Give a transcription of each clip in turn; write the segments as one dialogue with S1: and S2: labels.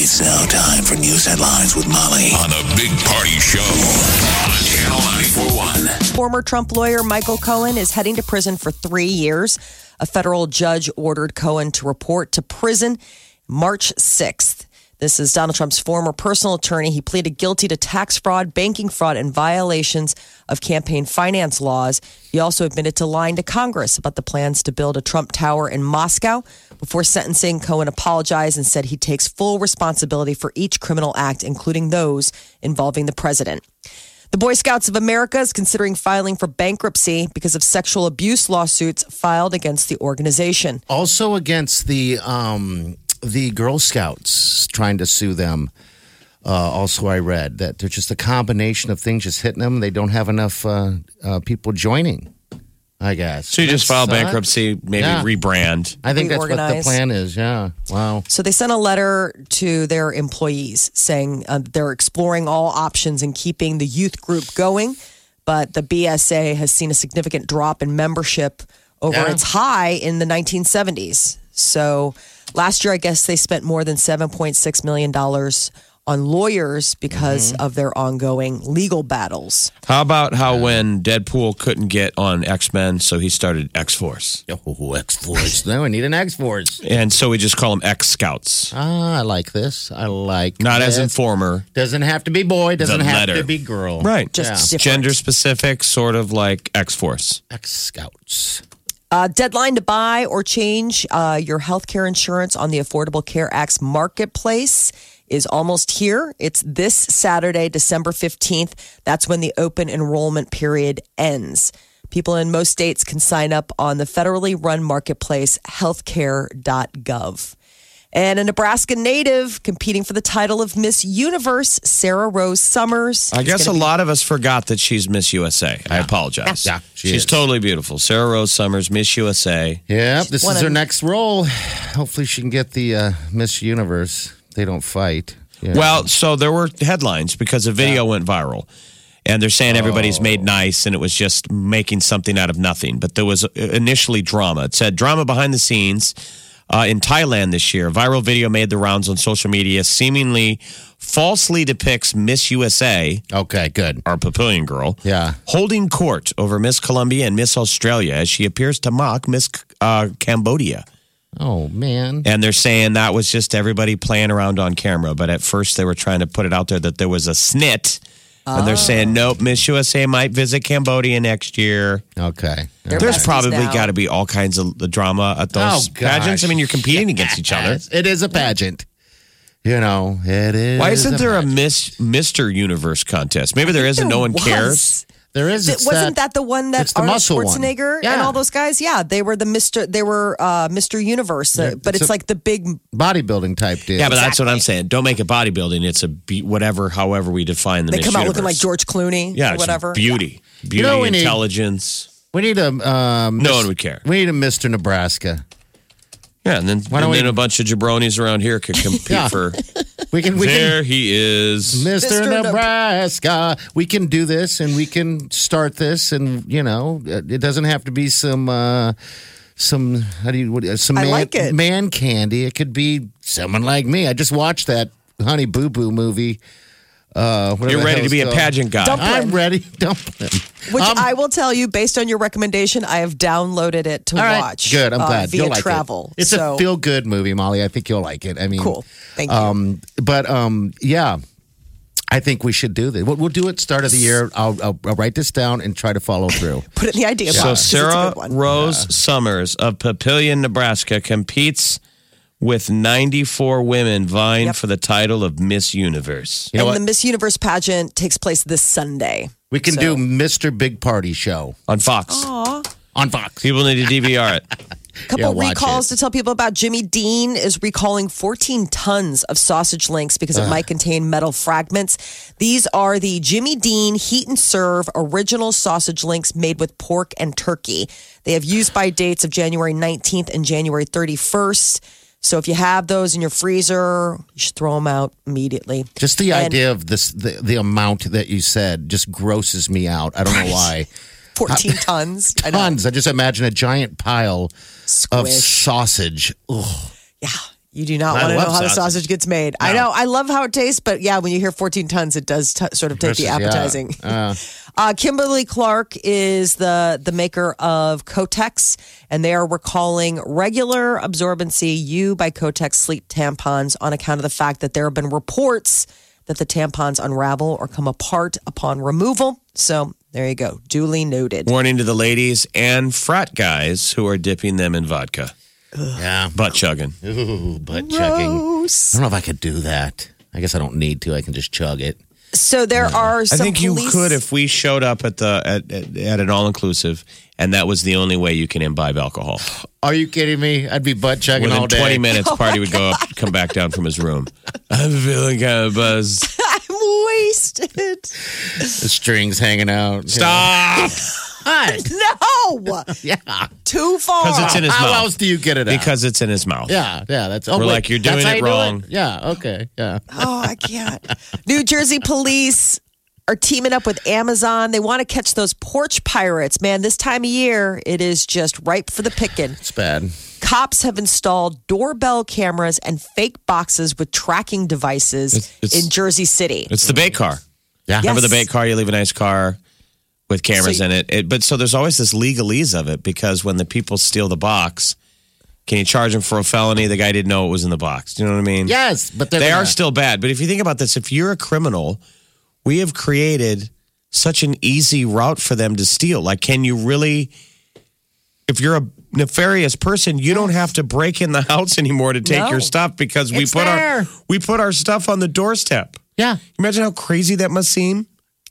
S1: It's now time for news headlines with Molly on a big party show on Channel 941.
S2: Former Trump lawyer Michael Cohen is heading to prison for three years. A federal judge ordered Cohen to report to prison March 6th. This is Donald Trump's former personal attorney. He pleaded guilty to tax fraud, banking fraud, and violations of campaign finance laws. He also admitted to lying to Congress about the plans to build a Trump Tower in Moscow. Before sentencing, Cohen apologized and said he takes full responsibility for each criminal act, including those involving the president. The Boy Scouts of America is considering filing for bankruptcy because of sexual abuse lawsuits filed against the organization.
S3: also against the um, the Girl Scouts trying to sue them. Uh, also, I read that they're just a combination of things just hitting them. They don't have enough uh, uh, people joining. I guess.
S4: So you just
S3: That
S4: file
S3: sucks.
S4: bankruptcy, maybe
S3: Yeah.
S4: rebrand.
S3: I think that's what the
S2: Reorganize.
S3: plan is. Yeah. Wow.
S2: So they sent a letter to their employees saying uh, they're exploring all options and keeping the youth group going, but the BSA has seen a significant drop in membership over
S3: Yeah.
S2: its high in the 1970s. So last year, I guess they spent more than 7.6 million dollars on lawyers because of their ongoing legal battles.
S4: How about how when Deadpool couldn't get on X Men, so he started X Force,
S3: Oh, X Force. no, we need an X Force.
S4: and so we just call them X Scouts,
S3: Ah, I like this. I like
S4: not as
S3: this.
S4: informer,
S3: Doesn't have to be boy. Doesn't
S4: The
S3: have
S4: letter.
S3: to be girl.
S4: right?
S2: Just
S3: Yeah.
S2: different.
S4: gender specific, sort of like X Force.
S3: X Scouts.
S2: Uh, deadline to buy or change uh, your health care insurance on the Affordable Care Act's marketplace is almost here. It's this Saturday, December 15th. That's when the open enrollment period ends. People in most states can sign up on the federally run marketplace, healthcare.gov. And a Nebraska native competing for the title of Miss Universe, Sarah Rose Summers.
S4: I
S2: is
S4: guess a
S2: gonna be
S4: lot of us forgot that she's Miss USA. I apologize.
S3: Yeah, she
S4: she's
S3: is.
S4: totally beautiful. Sarah Rose Summers, Miss USA.
S3: Yep, this
S2: One
S3: is
S2: of-
S3: her next role. Hopefully, she can get the uh, Miss Universe. They don't fight. Yeah.
S4: Well, so there were headlines because a video went viral. And they're saying
S3: Oh.
S4: everybody's made nice and it was just making something out of nothing. But there was uh, initially drama. It said drama behind the scenes uh, in Thailand this year. A viral video made the rounds on social media seemingly falsely depicts Miss USA,
S3: okay, good.
S4: our Papillion girl,
S3: Yeah.
S4: holding court over Miss Colombia and Miss Australia as she appears to mock Miss uh, Cambodia.
S3: Oh man.
S4: And they're saying that was just everybody playing around on camera. But at first, they were trying to put it out there that there was a snit. And they're
S2: Oh.
S4: saying, nope, Miss USA might visit Cambodia next year.
S3: Okay.
S4: There's
S2: besties
S4: probably
S2: now.
S4: got to be all kinds of drama at those pageants. I mean, you're competing against each other.
S3: Oh, Yes, It is a pageant. You know, it is.
S4: Why isn't there a
S3: pageant.
S4: Miss Mr. Universe contest? Maybe there isn't. No one
S2: was.
S4: cares.
S3: There is.
S2: Th-
S3: it's
S2: wasn't that, the one that
S3: it's the
S2: Arnold
S3: muscle one.
S2: Schwarzenegger and
S3: Yeah.
S2: all those guys? Yeah, they were the Mister. They were uh, Mister Universe, uh, but it's,
S3: it's a-
S2: like the big.
S3: bodybuilding type deal?
S4: Yeah, but that's what I'm saying. Don't make it bodybuilding. It's a be- whatever, however we define the
S2: They
S4: Miss
S2: come out looking like George
S4: Universe.
S2: Clooney.
S4: Yeah,
S2: or
S4: it's
S2: whatever.
S4: beauty, beauty,
S3: know, we need-
S4: intelligence.
S3: we need a. Um,
S4: No
S3: Miss-
S4: one would care.
S3: We need a Mr. Nebraska.
S4: Yeah, and then,
S3: Why don't
S4: and then
S3: we-
S4: a bunch of jabronis around here could compete
S3: Yeah.
S4: for.
S3: We can. We
S4: There he is.
S3: can. Mr.
S2: Mr.
S3: Nebraska, we can do this, and we can start this, and you know, it doesn't have to be some. Uh, some how do you what, uh, some
S2: I
S3: man,
S2: like it.
S3: man candy. It could be someone like me. I just watched that Honey Boo Boo movie. Uh, whatever
S4: You're
S3: the
S4: ready
S3: hell
S4: to be
S3: it's
S4: a
S3: called.
S4: pageant guy.
S2: Dump-
S3: I'm ready. Dump them.
S2: Which
S3: Um,
S2: I will tell you, based on your recommendation, I have downloaded it to
S3: all right,
S2: watch.
S3: Good. I'm
S2: uh,
S3: glad
S2: Via
S3: you'll like
S2: travel.
S3: It. It's
S2: so,
S3: a feel good movie, Molly. I think you'll like it. I mean,
S2: Cool. Thank you.
S3: Um, but um, yeah, I think we should do this. We'll, we'll do it start of the year. I'll, I'll, I'll write this down and try to follow through.
S2: Put it in the idea.
S4: so
S2: box 'cause it's a
S4: Sarah
S2: good one.
S4: Rose Summers of Papillion, Nebraska, competes with 94 women vying for the title of Miss Universe.
S3: You
S2: and
S3: know what?
S2: the Miss Universe pageant takes place this Sunday.
S3: we can do Mr. Big Party Show
S4: On Fox,
S3: on Fox.
S4: people need to DVR it.
S2: couple
S3: watch
S2: recalls
S3: it.
S2: to tell people about. Jimmy Dean is recalling 14 tons of sausage links because it might contain metal fragments. These are the Jimmy Dean heat and serve original sausage links made with pork and turkey. They have use by dates of January 19th and January 31st. So if you have those in your freezer, you should throw them out immediately.
S3: Just the
S2: And-
S3: idea of this, the, the amount that you said just grosses me out. I don't know why.
S2: 14 tons. I know.
S3: Tons. I just imagine a giant pile of
S2: Squish.
S3: sausage. Ugh.
S2: Yeah. You do not
S3: I
S2: want to know
S3: love
S2: how the
S3: sausage.
S2: sausage gets made. I know. I love how it tastes, but yeah, when you hear 14 tons, it does t- sort of take the
S3: Versus- yeah.
S2: appetizing. Uh, Kimberly Clark is the, the maker of Kotex, and they are recalling regular absorbency U by Kotex sleep tampons on account of the fact that there have been reports that the tampons unravel or come apart upon removal. So there you go. Duly noted.
S4: Warning to the ladies and frat guys who are dipping them in vodka.
S3: Yeah.
S4: Butt chugging.
S3: Ooh, butt chugging. I don't know if I could do that. I guess I don't need to. I can just chug it.
S2: So there are
S4: I
S2: some
S4: think you
S2: police-
S4: could if we showed up at the at, at, at an all inclusive and that was the only way you can imbibe alcohol.
S3: Are you kidding me? I'd be butt chugging
S4: Within
S3: all day.
S4: 20 minutes, party would go up, come back down from his room. Oh I'm feeling kind of buzzed.
S2: I'm wasted.
S3: The strings hanging out.
S4: Stop!
S3: What?
S2: No,
S3: Yeah.
S2: too far.
S4: Because it's in his
S3: How
S4: mouth.
S3: else do you get it out?
S4: Because it's in his mouth.
S3: Yeah, yeah, that's. Oh,
S4: We're
S3: wait,
S4: like, you're doing
S3: that's how
S4: it
S3: you do
S4: wrong.
S3: Yeah, okay, yeah.
S2: oh, I can't. New Jersey police are teaming up with Amazon. They want to catch those porch pirates. Man, this time of year, it is just ripe for the picking.
S3: It's bad.
S2: Cops have installed doorbell cameras and fake boxes with tracking devices
S4: It's- it's-
S2: in Jersey City.
S4: It's the bait car.
S3: Yeah.
S4: Remember the
S2: Yes.
S4: bait car? You leave a nice car with cameras
S2: So-
S4: in it. it. But so there's always this legalese of it because when the people steal the box, can you charge them for a felony? The guy didn't know it was in the box. Do you know what I mean?
S3: Yes, but they're
S4: They
S3: gonna-
S4: are still bad. But if you think about this, if you're a criminal, we have created such an easy route for them to steal. Like, can you really? If you're a nefarious person, you don't have to break in the house anymore to take
S2: No.
S4: your stuff because we
S3: It's
S4: put our
S3: there.
S4: we put our stuff on the doorstep.
S3: Yeah,
S4: Imagine how crazy that must seem.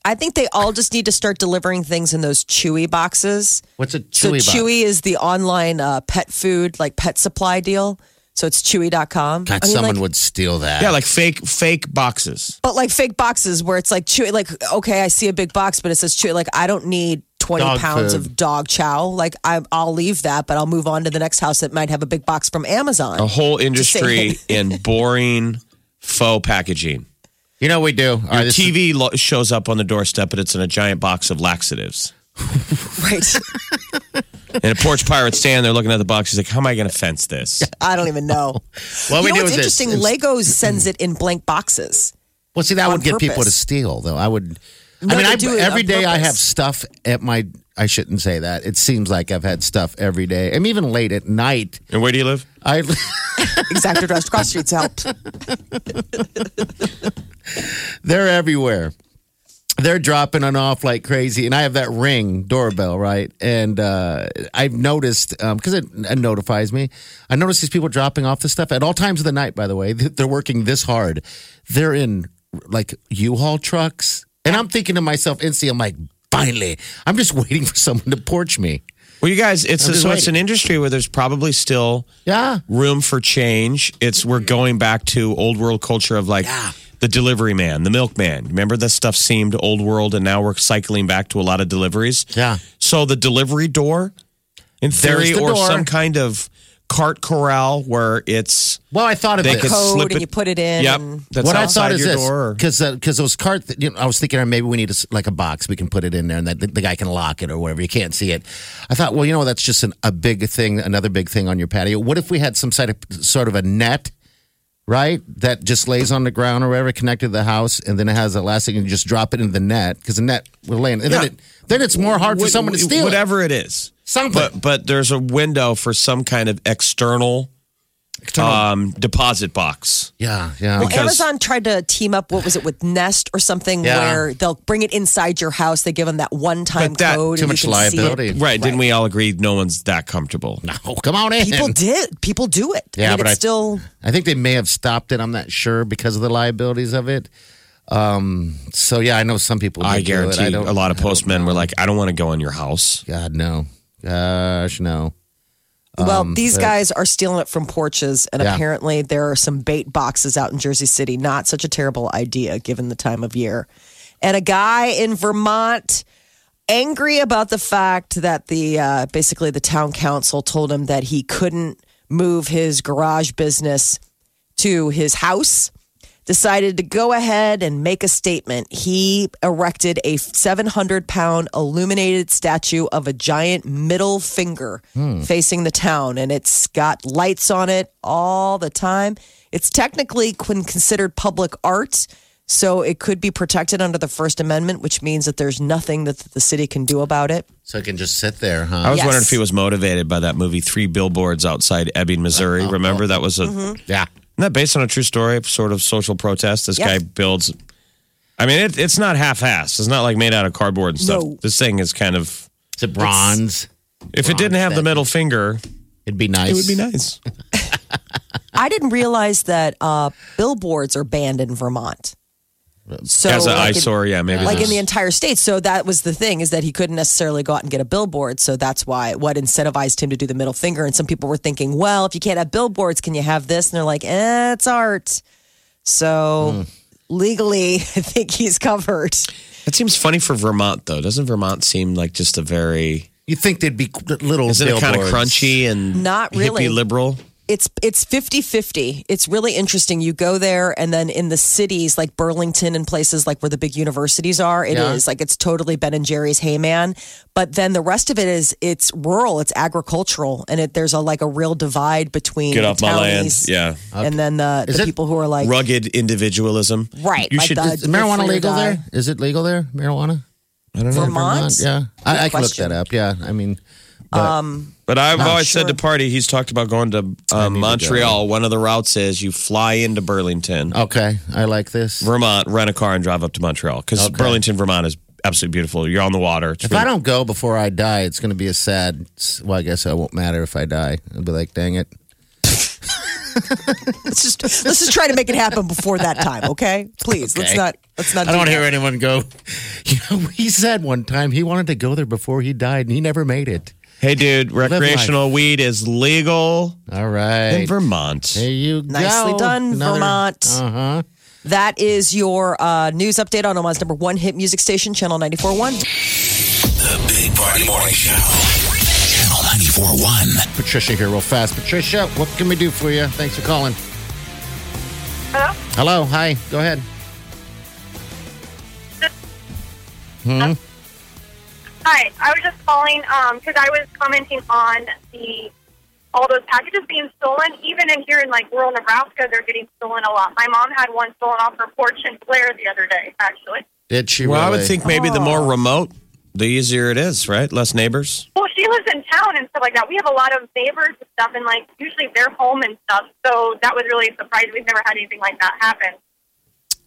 S2: I think they all just need to start delivering things in those Chewy boxes.
S3: what's a
S2: So
S3: chewy? box?
S2: Chewy is the online uh, pet food, like pet supply deal. So it's chewy.com.
S3: God,
S2: I mean,
S3: someone
S2: like-
S3: would steal that.
S4: Yeah, like fake fake boxes.
S2: But like fake boxes where it's like chewy, like, okay, I see a big box, but it says chewy. Like, I don't need 20
S3: Dog
S2: pounds
S3: food.
S2: of dog chow. Like, I, I'll leave that, but I'll move on to the next house that might have a big box from Amazon.
S4: A
S3: Oh.
S4: whole industry in boring faux packaging.
S3: you know what we do. All right,
S4: Your
S3: this is-
S4: TV lo- shows up on the doorstep, but it's in a giant box of laxatives.
S2: Right.
S4: And a porch pirate stand there looking at the box. He's like, "How am I going to fence this?"
S2: I don't even know.
S3: what
S2: you
S3: we
S2: know
S3: do
S2: what's
S3: is this.
S2: interesting?
S3: It's-
S2: Legos sends it in blank boxes.
S3: Well, see, that
S2: on
S3: would get people to
S2: purpose.
S3: steal, though. I would.
S2: No,
S3: I mean,
S2: they
S3: I,
S2: do it
S3: every
S2: on
S3: day I
S2: purpose.
S3: have stuff at my. I shouldn't say that. It seems like I've had stuff every day, and even late at night.
S4: And where do you live?
S3: I
S2: Exact address cross streets help.
S3: they're everywhere. They're dropping on off like crazy, and I have that ring doorbell right, and uh, I've noticed because it, it notifies me. I notice these people dropping off the stuff at all times of the night. By the way, Th- they're working this hard. They're in like U-Haul trucks, and I'm thinking to myself, instantly, I'm like, finally, I'm just waiting for someone to porch me.
S4: Well, you guys, it's
S3: I'm just
S4: so it's an
S3: waiting.
S4: industry where there's probably still
S3: Yeah,
S4: room for change. It's we're going back to old world culture of like the delivery man, the milkman. Remember that stuff seemed old world, and now we're cycling back to a lot of deliveries.
S3: Yeah.
S4: So the delivery door, in theory,
S3: the
S4: or
S3: door.
S4: some kind of cart corral where it's
S3: Well, I thought of
S4: They
S3: this.
S4: could
S2: Code
S4: slip
S2: and
S4: it-
S2: you put it in.
S4: yep.
S2: and-
S4: That's
S3: what I
S4: outside
S3: thought is
S4: your
S3: this
S4: door.
S3: because because those cart th- you know, I was thinking uh, maybe we need a s like a box we can put it in there and that the, the guy can lock it or whatever you can't see it. I thought well you know that's just an, a big thing another big thing on your patio. What if we had some sort of sort of a net right that just lays on the ground or whatever connected to the house and then it has elastic and you just drop it in the net because the net will land and
S4: Yeah.
S3: then it, then it's more hard for
S4: Wh-
S3: someone to steal it.
S4: whatever it is.
S3: Something.
S4: But but there's a window for some kind of external, um, deposit box.
S3: yeah yeah
S4: Because-
S2: Amazon tried to team up. What was it with Nest or something?
S3: Yeah.
S2: Where they'll bring it inside your house. They give them that one-time
S4: But that-
S2: code.
S3: too
S2: and
S3: much
S2: you can see it.
S3: liability.
S4: Right, Didn't we all agree no one's that comfortable?
S3: oh come on in
S2: People did. People do it.
S3: Yeah,
S2: I mean,
S3: but
S2: it's
S3: I-
S2: still
S3: I think they may have stopped it. I'm not sure because of the liabilities of it. Um, so yeah, I know some people. do
S4: I
S3: do it.
S4: guarantee
S3: I don't-
S4: a lot of
S3: I don't
S4: postmen
S3: know.
S4: were like, I don't want to go in your house.
S3: God no, gosh no.
S2: Well, these guys are stealing it from porches, and
S3: Yeah.
S2: apparently there are some bait boxes out in Jersey City. Not such a terrible idea given the time of year. And a guy in Vermont angry about the fact that the uh, basically the town council told him that he couldn't move his garage business to his house decided to go ahead and make a statement he erected a 700 pound illuminated statue of a giant middle finger
S4: Hmm.
S2: facing the town and it's got lights on it all the time it's technically con- considered public art so it could be protected under the first amendment which means that there's nothing that the city can do about it
S3: So it can just sit there, huh?
S4: I was
S2: Yes.
S4: wondering if he was motivated by that movie, Three Billboards Outside Ebbing, Missouri.
S3: Oh,
S4: Remember that was a
S2: Mm-hmm.
S3: yeah.
S4: Isn't that based on a true story of sort of social protest? This
S2: Yeah.
S4: guy builds. I mean, it, it's not half-assed. It's not like made out of cardboard and stuff.
S2: No.
S4: This thing is kind of.
S3: Is it bronze?
S4: If it didn't have the middle finger,
S3: It'd be nice.
S4: it would be nice.
S2: i didn't realize that uh, billboards are banned in vermont so
S4: As an
S2: like it-
S4: eyesore, yeah, maybe.
S2: like in
S4: there's-
S2: the entire state. So that was the thing is that he couldn't necessarily go out and get a billboard. So that's why what incentivized him to do the middle finger. And some people were thinking, well, if you can't have billboards, can you have this? And they're like, eh, it's art. So
S4: Hmm.
S2: legally, I think he's covered.
S4: That seems funny for Vermont, though. Doesn't Vermont seem like just a very.
S3: You think they'd be little?
S4: Isn't it kind of
S3: billboards.
S4: crunchy and
S2: Not really.
S4: hippie liberal?
S2: It's it's 50-50. It's really interesting. You go there and then in the cities like Burlington and places like where the big universities are, it is
S3: Yeah.
S2: like it's totally Ben and Jerry's Hey Man. But then the rest of it is it's rural, it's agricultural, and it there's a like a real divide between
S4: Get
S2: the
S4: off my land.
S2: townies
S4: Yeah.
S2: and then the,
S3: Is
S2: the
S3: it
S2: people who are like
S4: Rugged individualism.
S2: Right,
S4: You
S2: like
S4: should.
S2: that.
S3: Is marijuana
S2: Free to
S3: legal
S2: die.
S3: there? Is it legal there? Marijuana?
S4: I don't know.
S2: Vermont?
S3: Yeah. I, I can look
S2: question.
S3: that up. Yeah. I mean, but
S4: But I've
S2: Not
S4: always said
S2: sure.
S4: to Party, he's talked about going to uh, Montreal. One of the routes is you fly into Burlington,
S3: okay. I like this.
S4: Vermont, rent a car, and drive up to Montreal because Burlington, Vermont is absolutely beautiful. You're on the water. It's
S3: If
S4: really-
S3: I don't go before I die, it's going to be a sad. Well, I guess it won't matter if I die. I'll be like, dang it.
S2: let's just let's just try to make it happen before that time, okay? Please, let's
S3: Okay.
S2: not let's not
S3: I don't want to
S2: that.
S3: hear anyone go. You know, he said one time he wanted to go there before he died, and he never made it.
S4: hey, dude, recreational weed is legal
S3: All right.
S4: in Vermont.
S3: There you
S2: Nicely
S3: go.
S2: done, Vermont.
S3: Uh huh.
S2: That is your uh, news update on Omaha's number one hit music station, Channel 94.1.
S1: The Big Party Morning Show. Channel 94.1.
S3: Patricia here, real fast. Patricia, what can we do for you? Thanks for calling. Hello. Hello. Hi. Go ahead.
S5: Hi, I was just calling because I was commenting on the all those packages being stolen. Even in here in like rural Nebraska, they're getting stolen a lot. My mom had one stolen off her porch in Blair the other day, actually.
S3: Did she?
S4: well, I
S3: really?
S4: would think maybe the more remote, the easier it is, right? Less neighbors.
S5: Well, she lives in town and stuff like that. We have a lot of neighbors and stuff, and like usually they're home and stuff. So that was really a surprise. We've never had anything like that happen.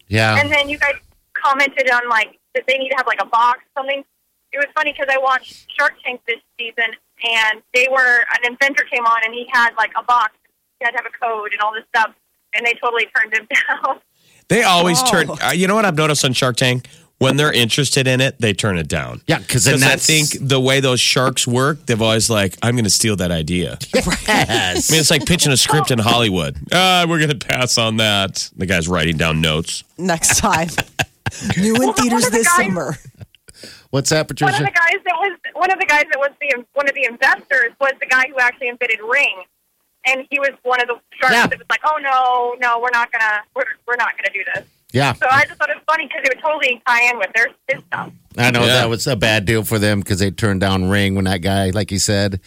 S3: Yeah.
S5: And then you guys commented on like that they need to have like a box something. It was funny because I watched Shark Tank this season, and they were an inventor came on and he had like a box. He had to have a code and all this stuff, and they totally turned him down.
S4: They always turn. Uh, you know what I've noticed on Shark Tank? When they're interested in it, they turn it down.
S3: Yeah, because then
S4: Because I
S3: that's
S4: think the way those sharks work, they've always like, I'm going to steal that idea. I
S3: yes.
S4: mean, it's like pitching a script in Hollywood. Uh, we're going to pass on that. The guy's writing down notes.
S2: Next time. New in
S5: Well, the- one
S2: theaters
S5: of the Hmm?
S2: this
S5: guys-
S2: summer.
S3: What's that,
S5: One of
S3: Patricia?
S5: the guys that was one of the guys that was the one of the investors was the guy who actually invented Ring, and he was one of the sharks
S3: Yeah.
S5: that was like, "Oh no, no, we're not gonna, we're, we're not gonna do this."
S3: Yeah,
S5: So I just thought it was funny because it would totally tie in with their his stuff.
S3: I know
S4: Yeah.
S3: that was a bad deal for them because they turned down Ring when that guy, like he said,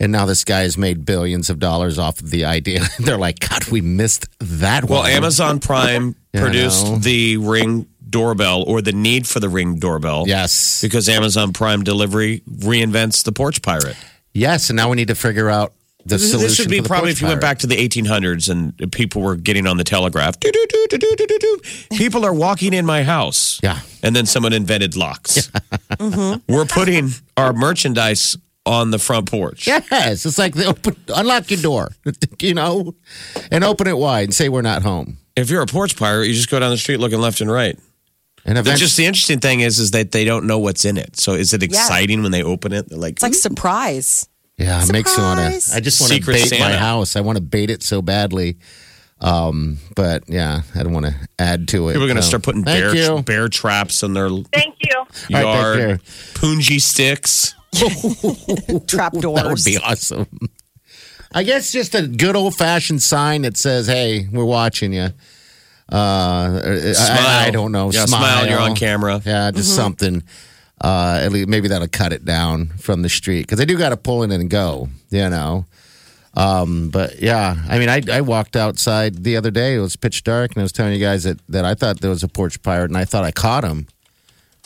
S3: and now this guy's made billions of dollars off of the idea. They're like, God, we missed that
S4: Well,
S3: one.
S4: Amazon Prime
S3: Yeah, I know.
S4: produced the Ring doorbell or the need for the Ring doorbell.
S3: Yes.
S4: Because Amazon Prime delivery reinvents the porch pirate.
S3: Yes, and now we need to figure out the
S4: This,
S3: solution.
S4: this should be
S3: for the
S4: probably
S3: porch
S4: if you went
S3: pirate.
S4: back to the 1800s and people were getting on the telegraph. "Doo, doo, doo, doo, doo, doo, doo, doo." People are walking in my house.
S3: Yeah.
S4: And then someone invented locks. We're putting our merchandise on the front porch.
S3: Yes, it's like the open, unlock your door, you know, and open it wide and say we're not home.
S4: If you're a porch pirate, you just go down the street looking left and right.
S3: And
S4: The-
S3: eventually,
S4: just the interesting thing is, is that they don't know what's in it. So is it exciting when they open it? They're like,
S2: It's like surprise.
S3: Yeah, it makes me want to. I just want to
S4: Secret
S3: bait my
S4: Santa.
S3: house. I want to bait it so badly. Um, but yeah, I don't want to add to it.
S4: People are going to
S3: So,
S4: start putting
S3: Oh. thank
S4: bear
S3: you.
S4: bear traps in their
S5: Thank you.
S3: All right, thank
S4: yard, punji sticks.
S2: Trapdoors.
S3: That would be awesome. I guess just a good old fashioned sign that says, "Hey, we're watching you." Uh, I- I, I don't know.
S4: Yeah, smile. You're on camera.
S3: Yeah, just something. Uh, at least maybe that'll cut it down from the street because they do got to pull in and go. You know. Um, but yeah, I mean, I, I walked outside the other day. It was pitch dark, and I was telling you guys that, that I thought there was a porch pirate, and I thought I caught him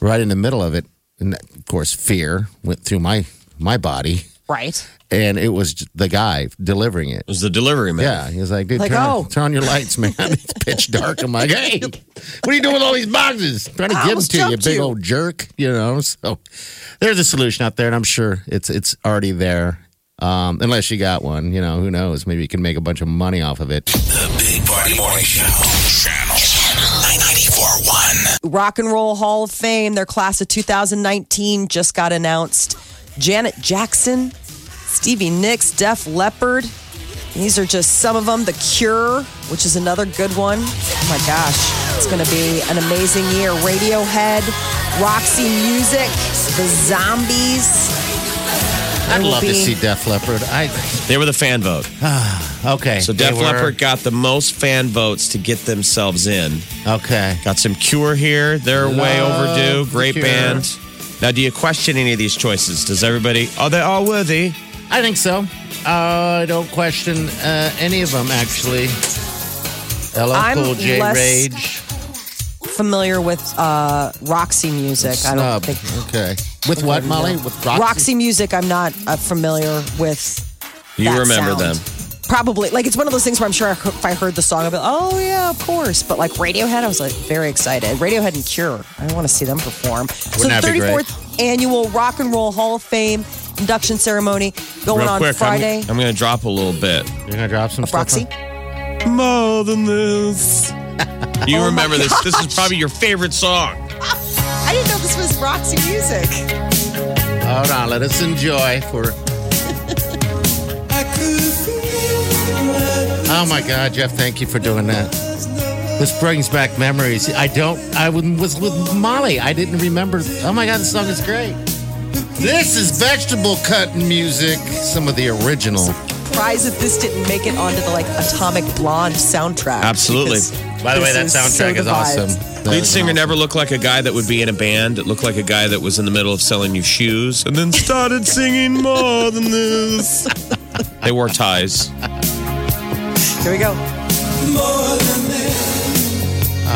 S3: right in the middle of it. And of course, fear went through my my body
S2: Right.
S3: and it was the guy delivering it.
S4: It was the delivery man.
S3: Yeah, he was like, "Dude,
S2: Like,
S3: turn, on-
S2: oh.
S3: turn on your lights, man. It's pitch dark." I'm like, "Hey, what are you doing with all these boxes? Trying to
S2: I
S3: give them
S2: almost
S3: to you,
S2: jumped
S3: big
S2: you.
S3: old jerk." You know, so there's a solution out there, and I'm sure it's it's already there. Um, unless you got one, you know, who knows? Maybe you can make a bunch of money off of it.
S1: The Big Party Morning Show. Channel 941.
S2: Rock and Roll Hall of Fame, their class of 2019 just got announced. Janet Jackson, Stevie Nicks, Def Leppard. These are just some of them. The Cure, which is another good one. Oh my gosh, it's going to be an amazing year. Radiohead, Roxy Music, The Zombies.
S3: I'd
S2: It will
S3: love to
S2: be-
S3: see Def Leppard. I
S4: They were the fan vote.
S3: okay.
S4: So
S3: they
S4: Def
S3: were-
S4: Leppard got the most fan votes to get themselves in.
S3: Okay.
S4: Got some Cure here. They're way
S3: Love
S4: overdue.
S3: The
S4: Great
S3: Cure.
S4: band. Now, do you question any of these choices? Does everybody? Are they all worthy?
S3: I think so. Uh, I don't question uh, any of them actually. LL
S2: I'm
S3: Cool J
S2: less-
S3: Rage.
S2: Familiar with uh, Roxy Music. I don't
S3: Snub.
S2: think.
S3: Okay. With what, Molly? With Roxy?
S2: Roxy Music, I'm not uh, familiar with.
S4: You
S2: that
S4: remember
S2: sound.
S4: them?
S2: Probably. Like, it's one of those things where I'm sure if I heard the song, I'd be like, oh, yeah, of course. But, like, Radiohead, I was, like, very excited. Radiohead and Cure. I want to see them perform. so,
S3: that
S2: the
S3: be great?
S2: 34th Annual Rock and Roll Hall of Fame induction ceremony going
S4: Real
S2: on
S4: quick, I'm-
S2: Friday.
S4: I'm, going to drop a little bit.
S3: You're gonna drop some stuff
S2: Roxy?
S3: on-
S4: More than this. You remember this? This is
S2: Oh gosh.
S4: probably your favorite song.
S2: Ah, I didn't know this was Roxy Music.
S3: Hold on. Let us enjoy for. Oh my God, Jeff! Thank you for doing that. This brings back memories. I don't. I was was with Molly. I didn't remember. Oh my God, this song is great. This is vegetable cutting music. Some of the original.
S2: Surprised that this didn't make it onto the, like, Atomic Blonde soundtrack.
S4: Absolutely.
S2: because
S3: By the way, that
S2: this so
S3: soundtrack
S2: the
S3: is awesome.
S2: vibes.
S3: That
S4: Lead
S3: is
S4: singer
S3: awesome.
S4: never looked like a guy that would be in a band. It looked like a guy that was in the middle of selling you shoes and then started singing more than this. They wore ties.
S2: Here we go.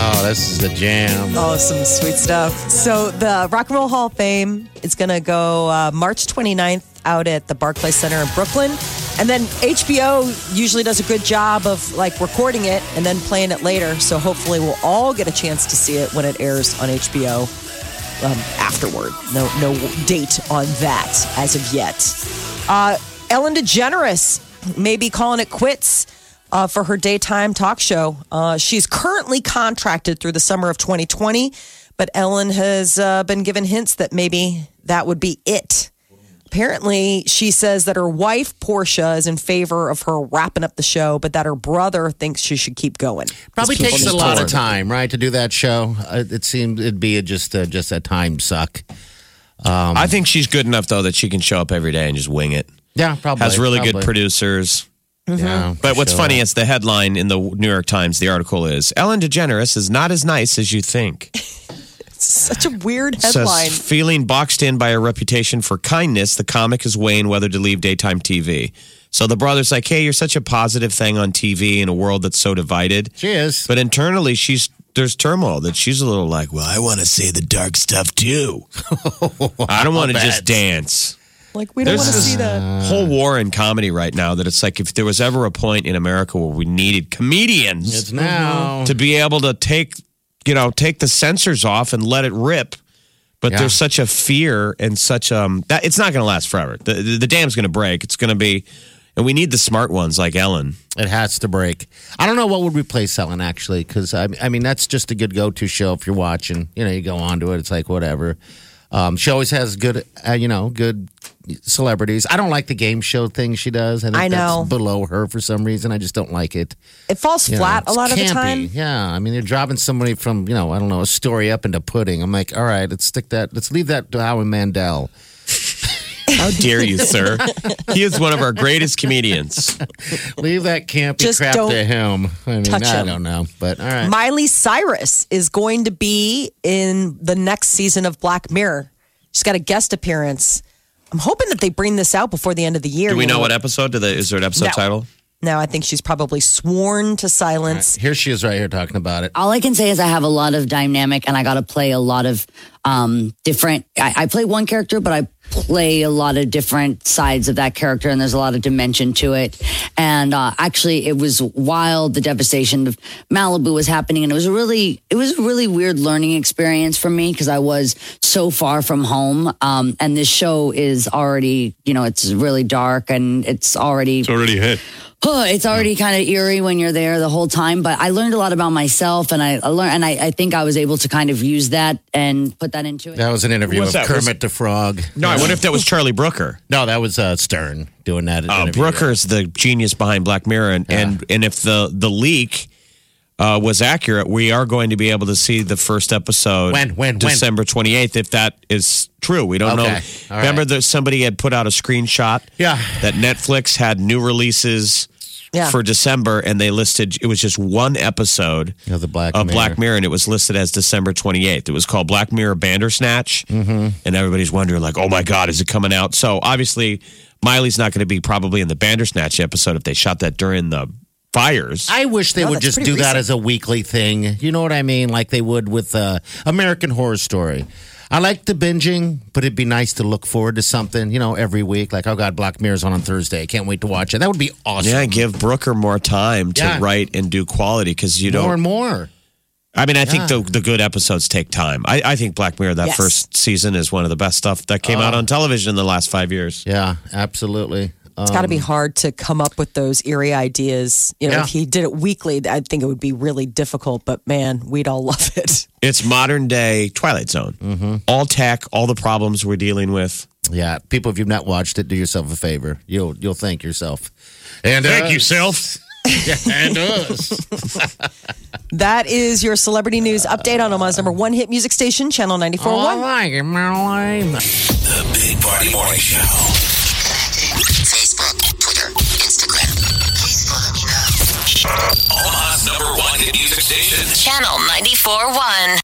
S3: Oh, this is the jam.
S2: Oh, some sweet stuff. So the Rock and Roll Hall of Fame is going to go uh, March 29th out at the Barclay Center in Brooklyn. And then HBO usually does a good job of like recording it and then playing it later. So hopefully we'll all get a chance to see it when it airs on HBO um, afterward. No, no date on that as of yet. Uh, Ellen DeGeneres may be calling it quits uh, for her daytime talk show. Uh, she's currently contracted through the summer of 2020, but Ellen has uh, been given hints that maybe that would be it. Apparently, she says that her wife, Portia, is in favor of her wrapping up the show, but that her brother thinks she should keep going.
S3: Probably
S2: Because
S3: takes a
S2: people need
S3: lot
S2: to
S3: of time, right, to do that show. Uh, It seemed it'd be a, just a, just a time suck.
S4: I think she's good enough though that she can show up every day and just wing it.
S3: Yeah, probably
S4: Has really good
S3: probably.
S4: producers.
S3: Yeah,
S4: But what's
S3: sure.
S4: funny is the headline in the New York Times, the article is Ellen DeGeneres is not as nice as you think.
S2: Such a weird headline.
S4: Says, Feeling boxed in by a reputation for kindness, the comic is weighing whether to leave daytime TV. So the brother's like, hey, you're such a positive thing on TV in a world that's so divided.
S3: she is.
S4: But internally, she's there's turmoil that she's a little like, well, I want to say the dark stuff too. I don't want to just dance.
S2: like, we don't
S4: There's
S2: want to
S4: this-
S2: see that.
S4: Whole war in comedy right now that it's like if there was ever a point in America where we needed comedians
S3: it's now.
S4: to be able to take you know take the censors off and let it rip but
S3: Yeah.
S4: there's such a fear and such um that it's not going to last forever the, the, the dam's going to break it's going to be and we need the smart ones like ellen
S3: It has to break. I don't know what would replace Ellen actually, because I, I mean that's just a good go-to show if you're watching. You know, you go on to it. It's like whatever. Um, she always has good, uh, you know, good celebrities. I don't like the game show thing she does. I, think
S2: I know.
S3: that's below her for some reason. I just don't like it.
S2: It falls
S3: You know,
S2: flat a
S3: it's
S2: lot of the
S3: campy.
S2: time.
S3: Yeah, I mean they're dropping somebody from you know I don't know a story up into pudding. I'm like, all right, let's stick that. Let's leave that to Howie Mandel.
S4: How dare you, sir? He is one of our greatest comedians.
S3: Leave that campy
S2: Just
S3: crap
S2: don't
S3: to him. I mean,
S2: touch
S3: I
S2: him.
S3: don't know, but all right.
S2: Miley Cyrus is going to be in the next season of Black Mirror. She's got a guest appearance. I'm hoping that they bring this out before the end of the year.
S4: Do we
S2: You
S4: know what episode? Do they, is there an episode
S2: No.
S4: title?
S2: No, I think she's probably sworn to silence.
S3: Here she is, right here talking about it.
S6: All I can say is I have a lot of dynamic and I got to play a lot of um, different. I, I play one character, but I play a lot of different sides of that character and there's a lot of dimension to it. And uh, actually, it was wild. The devastation of Malibu was happening and it was a really, it was a really weird learning experience for me because I was so far from home. Um, and this show is already, you know, it's really dark and it's already
S4: already hit.
S6: Oh, it's already kind of eerie when you're there the whole time, but I learned a lot about myself and I, I learned, and I, I think I was able to kind of use that and put that into it.
S3: That was an interview
S4: What's
S3: with
S4: that? Was-
S3: Kermit the Frog.
S4: No, I wonder if that was Charlie Brooker.
S3: No, that was uh, Stern doing that.
S4: Uh,
S3: interview.
S4: Brooker's the genius behind Black Mirror, and and, and if the the leak uh, was accurate, we are going to be able to see the first episode
S3: When, when, when?
S4: December twenty eighth. If that is true, we don't
S3: Okay.
S4: know.
S3: All
S4: Remember
S3: right.
S4: that somebody had put out a screenshot.
S3: Yeah.
S4: that Netflix had new releases.
S2: Yeah.
S4: For December, and they listed it was just one episode
S3: Of the Black
S4: of
S3: Mirror.
S4: Black Mirror, and it was listed as December 28th. It was called Black Mirror Bandersnatch, mm-hmm. and everybody's wondering, like, oh my God, is it coming out? So obviously, Miley's not going to be probably in the Bandersnatch episode if they shot that during the fires.
S3: I wish they
S2: No,
S3: would
S2: that's
S3: just do
S2: pretty
S3: that
S2: recent.
S3: as a weekly thing. You know what I mean? Like they would with uh, American Horror Story. I like the binging, but it'd be nice to look forward to something, you know, every week. Like, oh God, Black Mirror's on on Thursday. Can't wait to watch it. That would be awesome.
S4: yeah, give Brooker more time to
S3: Yeah.
S4: write and do quality because you
S3: more
S4: don't.
S3: and more.
S4: I mean, I think the the good episodes take time. I, I think Black Mirror that
S2: Yes.
S4: first season is one of the best stuff that came out on television in the last five years.
S3: Oh. Yeah, absolutely. Uh,
S2: It's got to be hard to come up with those eerie ideas. You know,
S3: Um, Yeah.
S2: if he did it weekly, I think it would be really difficult. But man, we'd all love it.
S4: It's modern day Twilight Zone. All tech, all the problems we're dealing with.
S3: Yeah, people, if you've not watched it, do yourself a favor. You'll you'll thank yourself. And us. and us.
S2: That is your celebrity news update on Omaha's number one hit music station, Channel 94.1.
S3: All right, Marilyn.
S1: The Big Party Morning Show.
S7: Facebook, Twitter, Instagram. Please follow me now.
S1: Omaha's number one hit music station.
S7: Channel 94.1.